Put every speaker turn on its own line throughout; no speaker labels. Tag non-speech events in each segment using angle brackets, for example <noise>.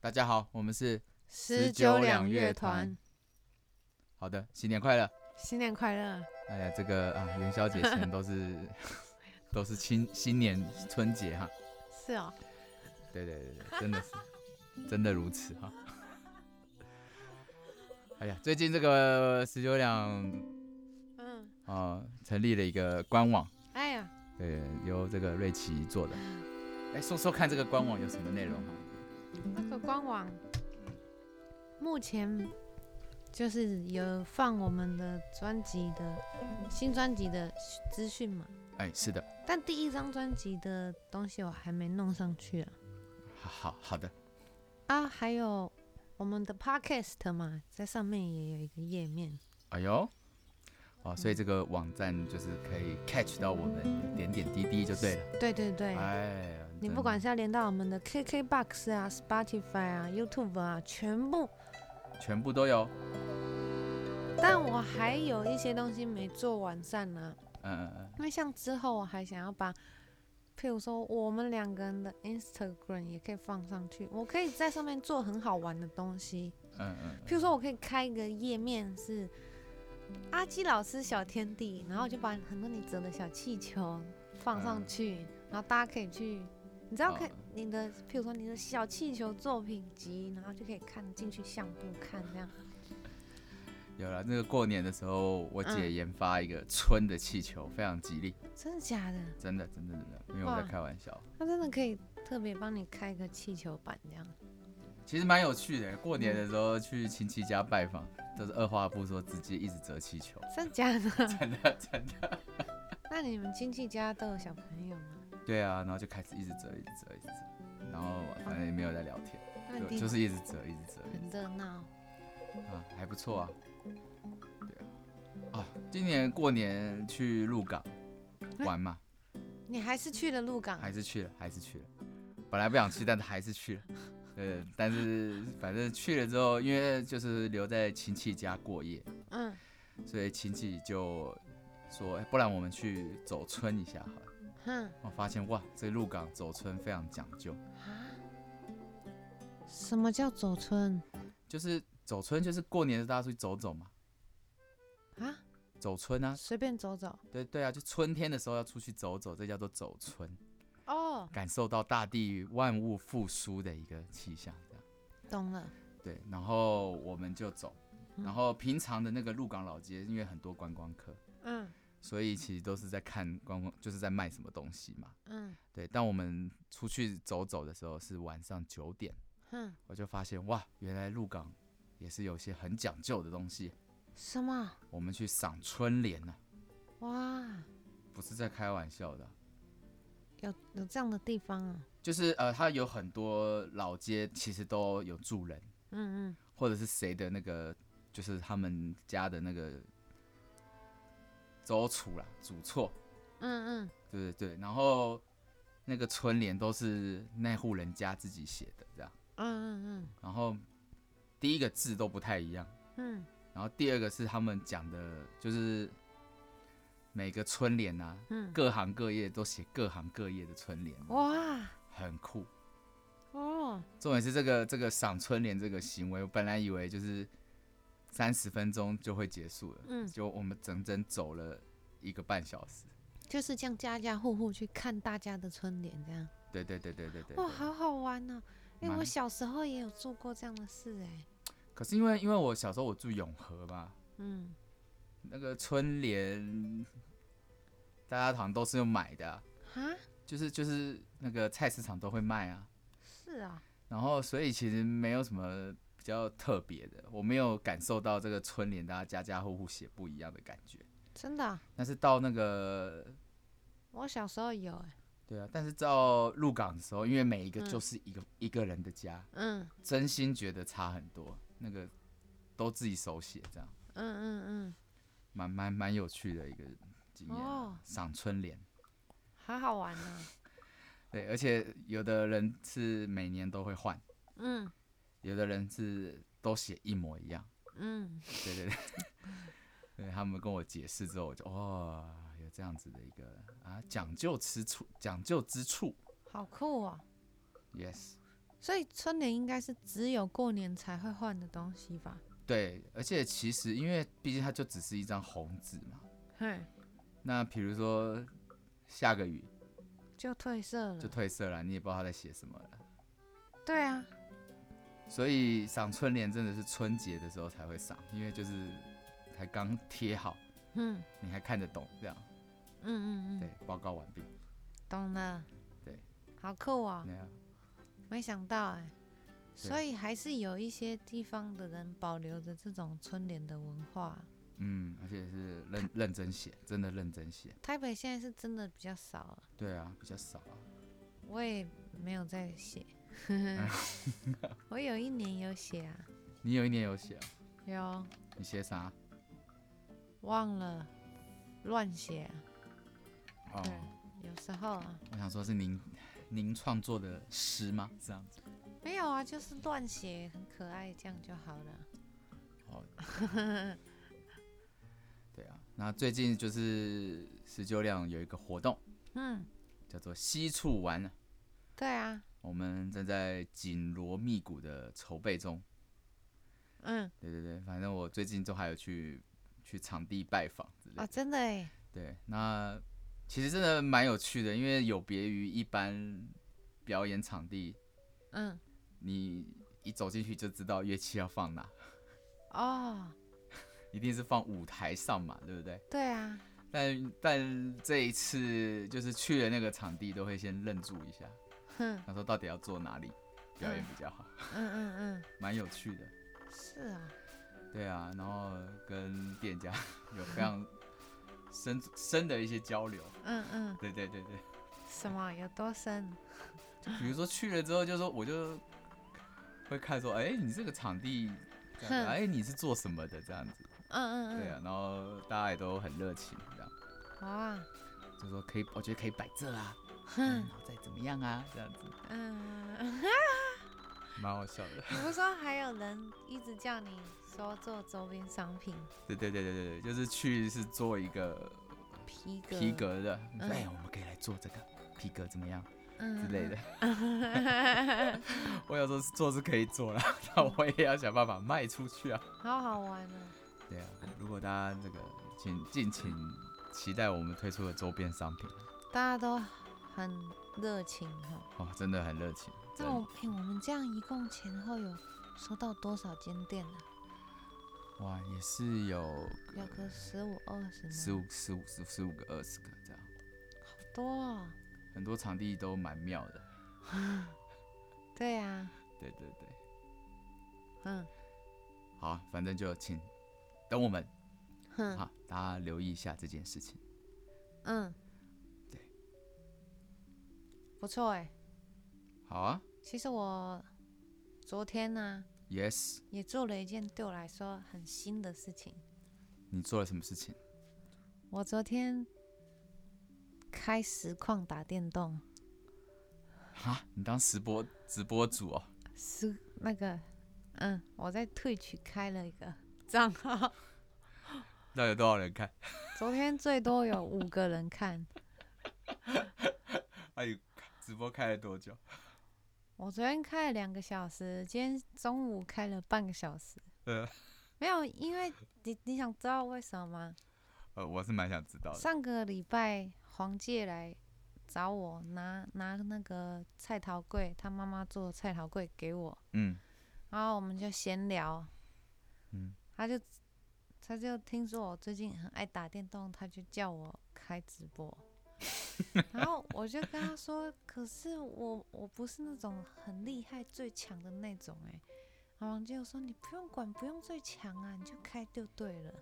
大家好，我们是
十
九
九
两
两
乐
乐
团
团，
好的，新年快乐！
新年快乐！
哎呀，这个啊，元宵节前都是都是新新年春节哈，
是哦，
对对对对，真的是真的如此哈。哎呀，最近这个十九两
嗯，
啊成立了一个官网，
哎呀，
对，由这个瑞奇做的。哎，说说看这个官网有什么内容哈？
那个官网目前就是有放我们的专辑的新专辑的资讯嘛，
哎，是的，
但第一张专辑的东西我还没弄上去啊。
好好好的，
啊，还有我们的 podcast 嘛，在上面也有一个页面。
哎呦，哦，所以这个网站就是可以 catch 到我们点点滴滴就对了。
对对对，
哎呀，
你
真
不管是要连到我们的 KKBox 啊、Spotify 啊、YouTube 啊，全部
全部都有，
但我还有一些东西没做完善呢、
嗯嗯嗯，
因为像之后我还想要把，譬如说我们两个人的 Instagram 也可以放上去，我可以在上面做很好玩的东西，
嗯嗯
譬如说我可以开一个页面是阿基老师小天地，然后我就把很多你折的小气球放上
嗯
去，然后大家可以去。你知道
哦
看你的，譬如说你的小气球作品集，然后就可以看进去相簿看这样。
嗯有了。那个过年的时候，我姐
嗯
研发一个春的气球，非常吉利，
真的假的？
真的真的真的，没有我在
哇
开玩笑。
他真的可以特别帮你开个气球板这样。
其实蛮有趣的，过年的时候去亲戚家拜访，都是二话不说直接一直折气
<laughs>
球，
真假的？
真的真的。
那你们亲戚家都有小朋友吗？
对啊，然后就开始一直折，一直折，一直折，然后反正也没有在聊天，
那
就
你
就是一直折，一直折，
很热闹。
啊，还不错啊。对啊，啊，今年过年去鹿港玩嘛，
你还是去了鹿港？
还是去了，还是去了。本来不想去，但是还是去了。呃，但是反正去了之后，因为就是留在亲戚家过夜，
嗯，
所以亲戚就说，哎不然我们去走村一下好了。
哼
我发现哇，这鹿港走村非常讲究，
啊？什么叫走村
就是走村就是过年的时候大家出去走走嘛，
啊？
走村啊，
随便走走
对对啊，就春天的时候要出去走走，这叫做走村。
哦，
感受到大地万物复苏的一个气象，这样
懂了。
对。然后我们就走，
嗯
然后平常的那个鹿港老街，因为很多观光客，
嗯
所以其实都是在看观光，就是在卖什么东西嘛。
嗯
对，但我们出去走走的时候是晚上九点，
哼，
我就发现哇，原来鹿港也是有些很讲究的东西。
什么？
我们去赏春联呢、
哇，
不是在开玩笑的啊，
有有这样的地方啊？
就是呃，它有很多老街其实都有住人。
嗯嗯，
或者是谁的那个，就是他们家的那个周楚啦，主错，
嗯嗯，
对对对。然后那个春联都是那户人家自己写的，这样。
嗯嗯
然后第一个字都不太一样，
嗯嗯
然后第二个是他们讲的，就是每个春联啊，
嗯，
各行各业都写各行各业的春联，
哇
很酷。
哦，
重点是这个这个赏春联这个行为，我本来以为就是三十分钟就会结束了，
嗯
就我们整整走了一个半小时。
就是这样家家户户去看大家的春联这样。
对对对对对对
哇，
对
好好玩哦！哎、
蛮
我小时候也有做过这样的事哎、
可是因为因为我小时候我住永和嘛，
嗯
那个春联大家好像都是用买的啊、
啊，
就是就是那个菜市场都会卖啊。
是啊，
然后所以其实没有什么比较特别的，我没有感受到这个春联大家家家户户写不一样的感觉。
真的啊、
但是到那个
我小时候有哎、
对啊，但是到入港的时候，因为每一个
嗯
就是一个、一个人的家，
嗯
真心觉得差很多。那个都自己手写，这样
嗯嗯
蛮蛮蛮有趣的一个经验啊
哦。
赏、春联，
嗯，好好玩啊！
对，而且有的人是每年都会换，
嗯
有的人是都写一模一样。
嗯，
对对对，对他们跟我解释之后，我就哦，有这样子的一个啊讲究之处，讲究之处
好酷哦！
，yes，
所以春联应该是只有过年才会换的东西吧？
对，而且其实因为毕竟它就只是一张红纸嘛，
嘿，
那比如说下个雨
就褪色
就
了。
褪色了，你也不知道他在写什么了。
对啊，
所以赏春联真的是春节的时候才会赏，因为就是才刚贴好，
嗯
你还看得懂这样。
嗯嗯
对
嗯，，
报告完毕。
懂了。
对，
好酷哦，
那样
没想到哎、
对
所以还是有一些地方的人保留着这种春联的文化。
嗯，而且是认认真写，真的认真写。
台北现在是真的比较少了，
对啊，比较少啊。
我也没有在写。我有一年有写啊，
你有一年有写、啊，
有
你写啥？啊
忘了乱写、啊。
哦，
对，有时候啊，
我想说是您您创作的诗吗？这样子。
没有啊，就是乱写，很可爱，这样就好了。
哦，对啊。那最近就是十九两有一个活动，
嗯，
叫做西处玩啊，
对啊，
我们正在紧锣密鼓的筹备中。
嗯
对对对，反正我最近都还有去去场地拜访之类的
啊，真的哎，
对，那其实真的蛮有趣的，因为有别于一般表演场地，
嗯
你一走进去就知道乐器要放哪，
哦，
一定是放舞台上嘛，对不对？
对啊，
但但这一次就是去了那个场地，都会先愣住一下，
哼，
想说到底要做哪里表演比较好，
嗯嗯
蛮有趣的。
嗯，是啊，
对啊，然后跟店家 <laughs> 有非常深深的一些交流。
嗯嗯，
对对对对。
什么有多深？
比如说去了之后，就说我就会看说，哎、你这个场地这样子，
哼
哎、你是做什么的这样子？
嗯嗯嗯，
对啊，然后大家也都很热情，这样
哇，
就说可以，我觉得可以摆这啊，嗯，然，
哼
后再怎么样啊，这样子，
嗯，
蛮好笑的。
<laughs>
<laughs>
你不是说还有人一直叫你说做周边商品
对对对对对对，就是去是做一个
皮革
皮革的，哎、
嗯
我们可以来做这个皮革怎么样之
之
类的。
嗯
我有时候做是可以做了， <laughs> 但我也要想办法卖出去啊。
<laughs> 好好玩哦。
对啊，如果大家这个请敬请期待我们推出的周边商品
大家都很热情哈、
哦，真的很热情。
那我哎、我们这样一共前后有收到多少间店啊呢、
真哇，也是有
有个十五二十吗？
十五、十五、十十五个、二十个这样，
多、哦。
很多场地都蛮妙的。
对啊，
对对对，
嗯
好，反正就请等我们
哼
好，大家留意一下这件事情。
嗯，
对，
不错哎、
好啊
其实我昨天啊呢、
，Yes，
也做了一件对我来说很新的事情。
你做了什么事情？
我昨天开实况打电动，
哈，你当直播直播主哦？
是那个，嗯，我在退取开了一个 <laughs> 账号。
到底有多少人看？
昨天最多有五个人看，
哎呦，直播开了多久？
我昨天开了两个小时，今天中午开了半个小时。
<laughs> 呃
没有，因为你你想知道为什么吗？
呃，我是蛮想知道的。
上个礼拜黄介来找我拿拿那个菜桃桂，他妈妈做的菜桃桂给我，
嗯
然后我们就闲聊，
嗯。
他就他就听说我最近很爱打电动，他就叫我开直播，然后我就跟他说，可是我我不是那种很厉害最强的那种哎、然后王健说：“你不用管，不用最强啊，你就开就对了。”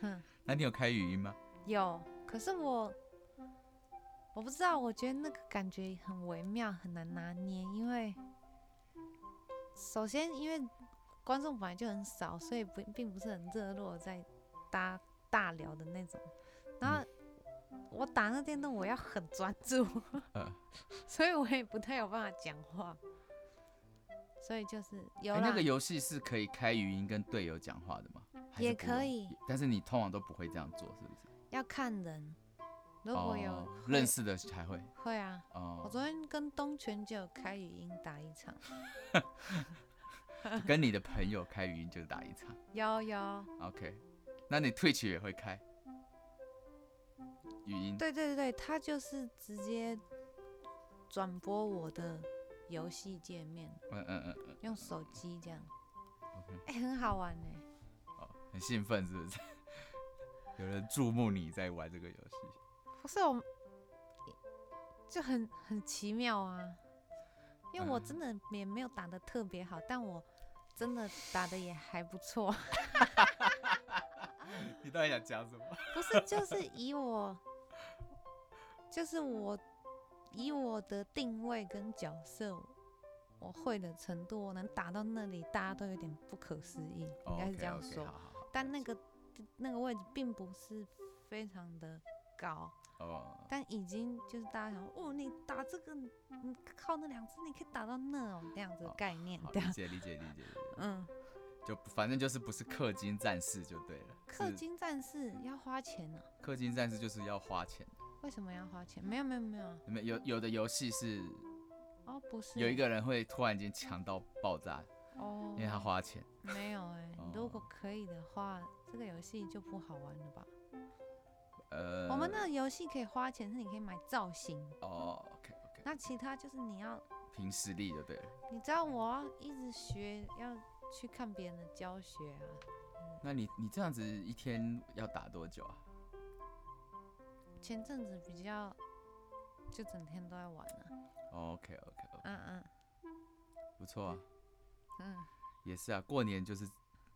哼，
那你有开语音吗？
有，可是我我不知道，我觉得那个感觉很微妙，很难拿捏，因为首先因为观众本来就很少，所以不并不是很热络在搭大聊的那种，然
嗯
后。我打那电动，我要很专注，
呃，
<laughs> 所以我也不太有办法讲话，所以就是有
哎
啦，
那个游戏是可以开语音跟队友讲话的吗？还是
也
不用
可以，
但是你通常都不会这样做，是不是？
要看人，如果有
哦、认识的才会
会啊，我
哦。
昨天跟东泉就有开语音打一场，
跟你的朋友开语音就是打一场。
有有，
OK，那你 Twitch 也会开语音？
对对对对，他就是直接转播我的游戏界面，
嗯嗯嗯嗯
用手机这样，
，OK，
哎、很好玩哎、
哦，很兴奋是不 <laughs> 是？有人注目你在玩这个游戏。 <laughs>
不是我，就很很奇妙啊，因为我
嗯
真的也没有打的特别好，但我真的打的也还不错。
你到底想讲
<laughs>
什么？
不是，就是以我，就是我以我的定位跟角色，我会的程度，我能打到那里，大家都有点不可思议，应该是这样
o k
说。
哦好好好。
但那个那个位置并不是非常的高。
哦，
但已经就是大家想说，哦，你打这个，你靠那两只，你可以打到那哦，这样子的
哦
概念 <laughs>
好
这
理
样。
解理解理解，理解
嗯，
就反正就是不是氪金战士就对了。
氪
是
金战士要花钱呢、
氪金战士就是要花钱的，
为什么要花钱？没有没有没有，
你们有有的游戏是
哦不是，
有一个人会突然间强到爆炸，
哦，
因为他花钱。
没有哎、如果
哦
可以的话，这个游戏就不好玩了吧？
呃，
我们那个游戏可以花钱，是你可以买造型，
哦，OK OK，
那其他就是你要，
凭实力就对了。
你知道我要一直学，要去看别人的教学啊，
那你你这样子一天要打多久啊？
前阵子比较就整天都在玩啊，
o OK OK OK，
嗯嗯
不错啊，
嗯。
也是啊，过年就是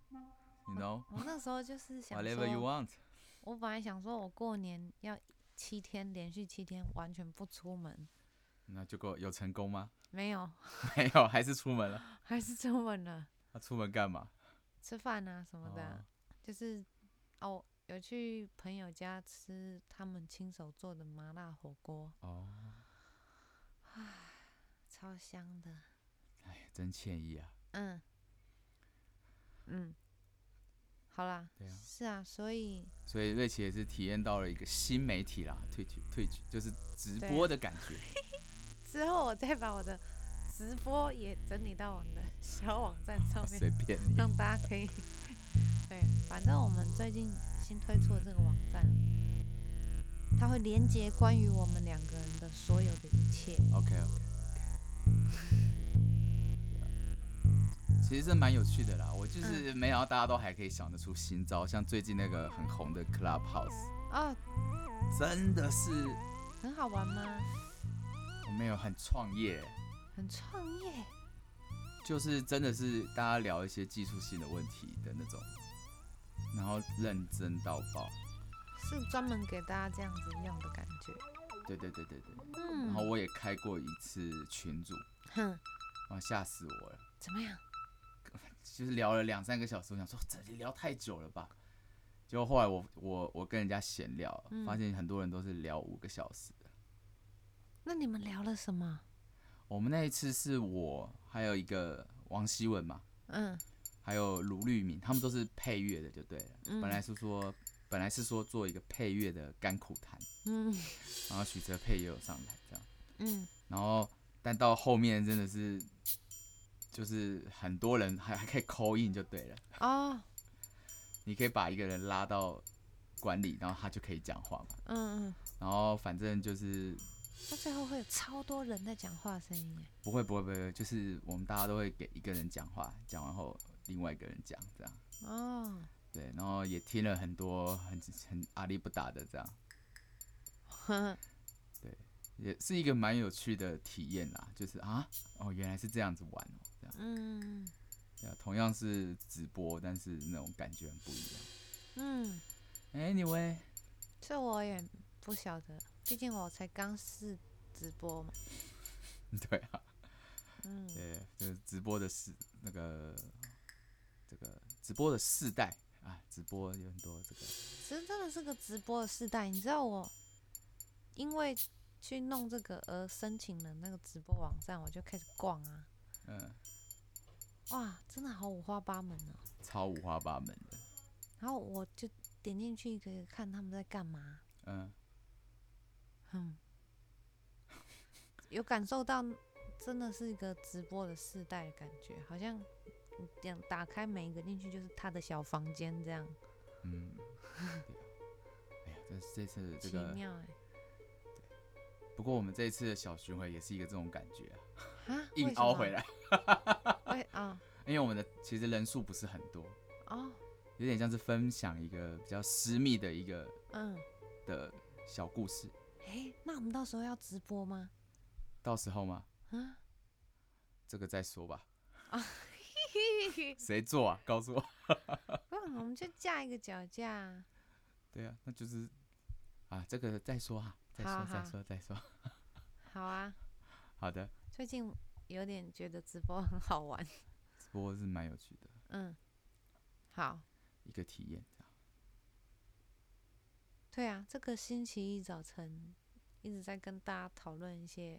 ，you know
我那时候就是想
whatever you
说，
want，
我本来想说我过年要七天连续七天完全不出门，
那结果有成功吗？ <laughs>
没有，
没有，还是出门了。
还是出门了，
那、出门干嘛？
吃饭啊什么的啊，
哦
就是哦，有去朋友家吃他们亲手做的麻辣火锅，
哦，
超香的，
哎，真歉意啊。
嗯，嗯，好啦，
对啊
是啊，所以
所以瑞奇也是体验到了一个新媒体啦，退去退去就是直
对啊
播的感觉。
之后我再把我的直播也整理到我们的小网站上面
随便你，
让大家可以对，反正我们最近新推出的这个网站，它会连接关于我们两个人的所有的一切。
OK OK。其实这蛮有趣的啦，我就是没想到大家都还可以想得出新招，像最近那个很红的 Clubhouse，
哦，
真的是
很好玩吗？
我没有很创业，
很创业，
就是真的是大家聊一些技术性的问题的那种，然后认真到爆。
是专门给大家这样子用的感觉。
对对对对对，然后
嗯，
我也开过一次群组，
哼，
哇，吓死我了！
怎么样？
就是聊了两三个小时，我想说这聊太久了吧。结果后来我我我跟人家闲聊，
嗯
发现很多人都是聊五个小时的。
那你们聊了什么？
我们那一次是我还有一个王希文嘛，
嗯
还有卢律敏，他们都是配乐的，就对了。
嗯
本来是说本来是说做一个配乐的甘苦谈，
嗯
然后许哲佩也有上台这样，
嗯，
然后但到后面真的是就是很多人还还可以扣印就对了，
哦，
你可以把一个人拉到管理，然后他就可以讲话嘛。
嗯嗯，
然后反正就是
那最后会有超多人在讲话的声音耶。
不会不会不会，就是我们大家都会给一个人讲话，讲完后另外一个人讲这样。
哦， <laughs>
对，然后也听了很多很很阿力不打的这样，
呵呵
也是一个蛮有趣的体验啦。就是啊，哦原来是这样子玩哦，这样
嗯嗯
对啊，同样是直播，但是那种感觉很不一样。
嗯。
Anyway， <laughs>
这我也不晓得，毕竟我才刚试直播嘛。
对啊，
嗯，
对，就是直播的世那个这个直播的世代啊，直播有很多这个
其实真的是个直播的时代。你知道我因为去弄这个而申请了那个直播网站，我就开始逛啊，
嗯
哇，真的好五花八门哦。
超五花八门的，
然后我就点进去一个一个看他们在干嘛，
嗯。
嗯，有感受到真的是一个直播的世代的感觉，好像你这样打开每一个进去就是他的小房间这样，
<laughs> 嗯，对啊，哎呀，这这次这
奇
个，
妙哎、
不过我们这一次的小巡回也是一个这种感觉啊、
啊，
硬凹回来，
为什么，
因为我们的其实人数不是很多，
哎啊哦，
有点像是分享一个比较私密的一个
嗯，
的小故事，
哎、那我们到时候要直播吗？
到时候嘛，
啊， <laughs>
这个再说吧。 <laughs>
嘿嘿嘿
谁做啊？告诉我。
不然我们就架一个脚架啊，
<laughs> 对啊，那就是啊，这个再说啊，再说
好
再
好
说再说。 <laughs>
好啊。
好的，
最近有点觉得直播很好玩，
直播是蛮有趣的
嗯，好，
一个体验，这样
对啊，这个星期一早晨一直在跟大家讨论一些，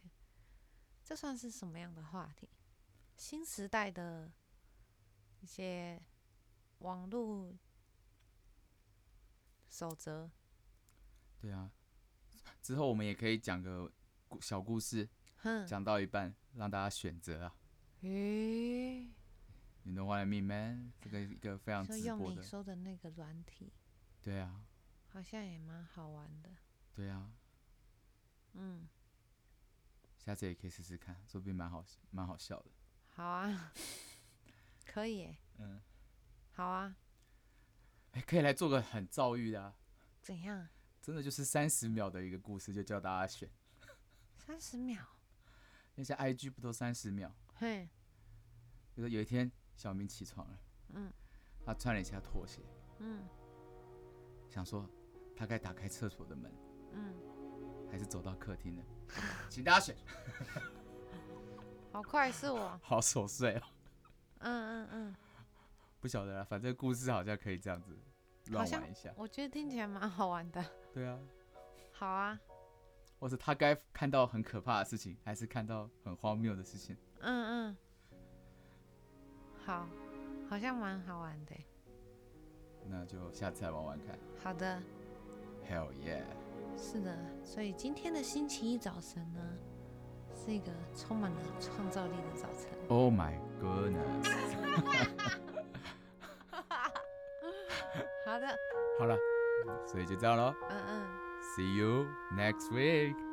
这算是什么样的话题？新时代的一些网络守则。
对啊。之后我们也可以讲个故小故事，
哼，
讲到一半让大家选择啊。
咦、
你懂我的命 man，这个一个非常
说
直
用
播
你
的，
说的那个软体，
对啊，
好像也蛮好玩的。
对啊，
嗯，
下次也可以试试看，说不定蛮好蛮好笑的。
好 <laughs> 啊，可以耶，
嗯，
好啊，
哎、可以来做个很躁郁的、啊，
怎样？
真的就是三十秒的一个故事，就叫大家选。
三十秒，
那些 IG 不都三十秒？
嘿，
比如说有一天小明起床了，
嗯
他穿了一下拖鞋，
嗯
想说他该打开厕所的门，
嗯，
还是走到客厅呢？请大家
<laughs>
选，
好快是我，
好琐碎哦，
嗯嗯嗯。
不晓得啦，啊反正故事好像可以这样子
好
乱
像
玩一下。
我觉得听起来蛮好玩的。
对啊，
好啊，
或是他该看到很可怕的事情，还是看到很荒谬的事情？
嗯嗯，好，好像蛮好玩的欸。
那就下次来玩玩看。
好的，
Hell yeah！
是的，所以今天的星期一早晨呢，是一个充满了创造力的早晨。
Oh my goodness！
好的，
好了，所以就这样喽。
嗯嗯，嗯
See you next week。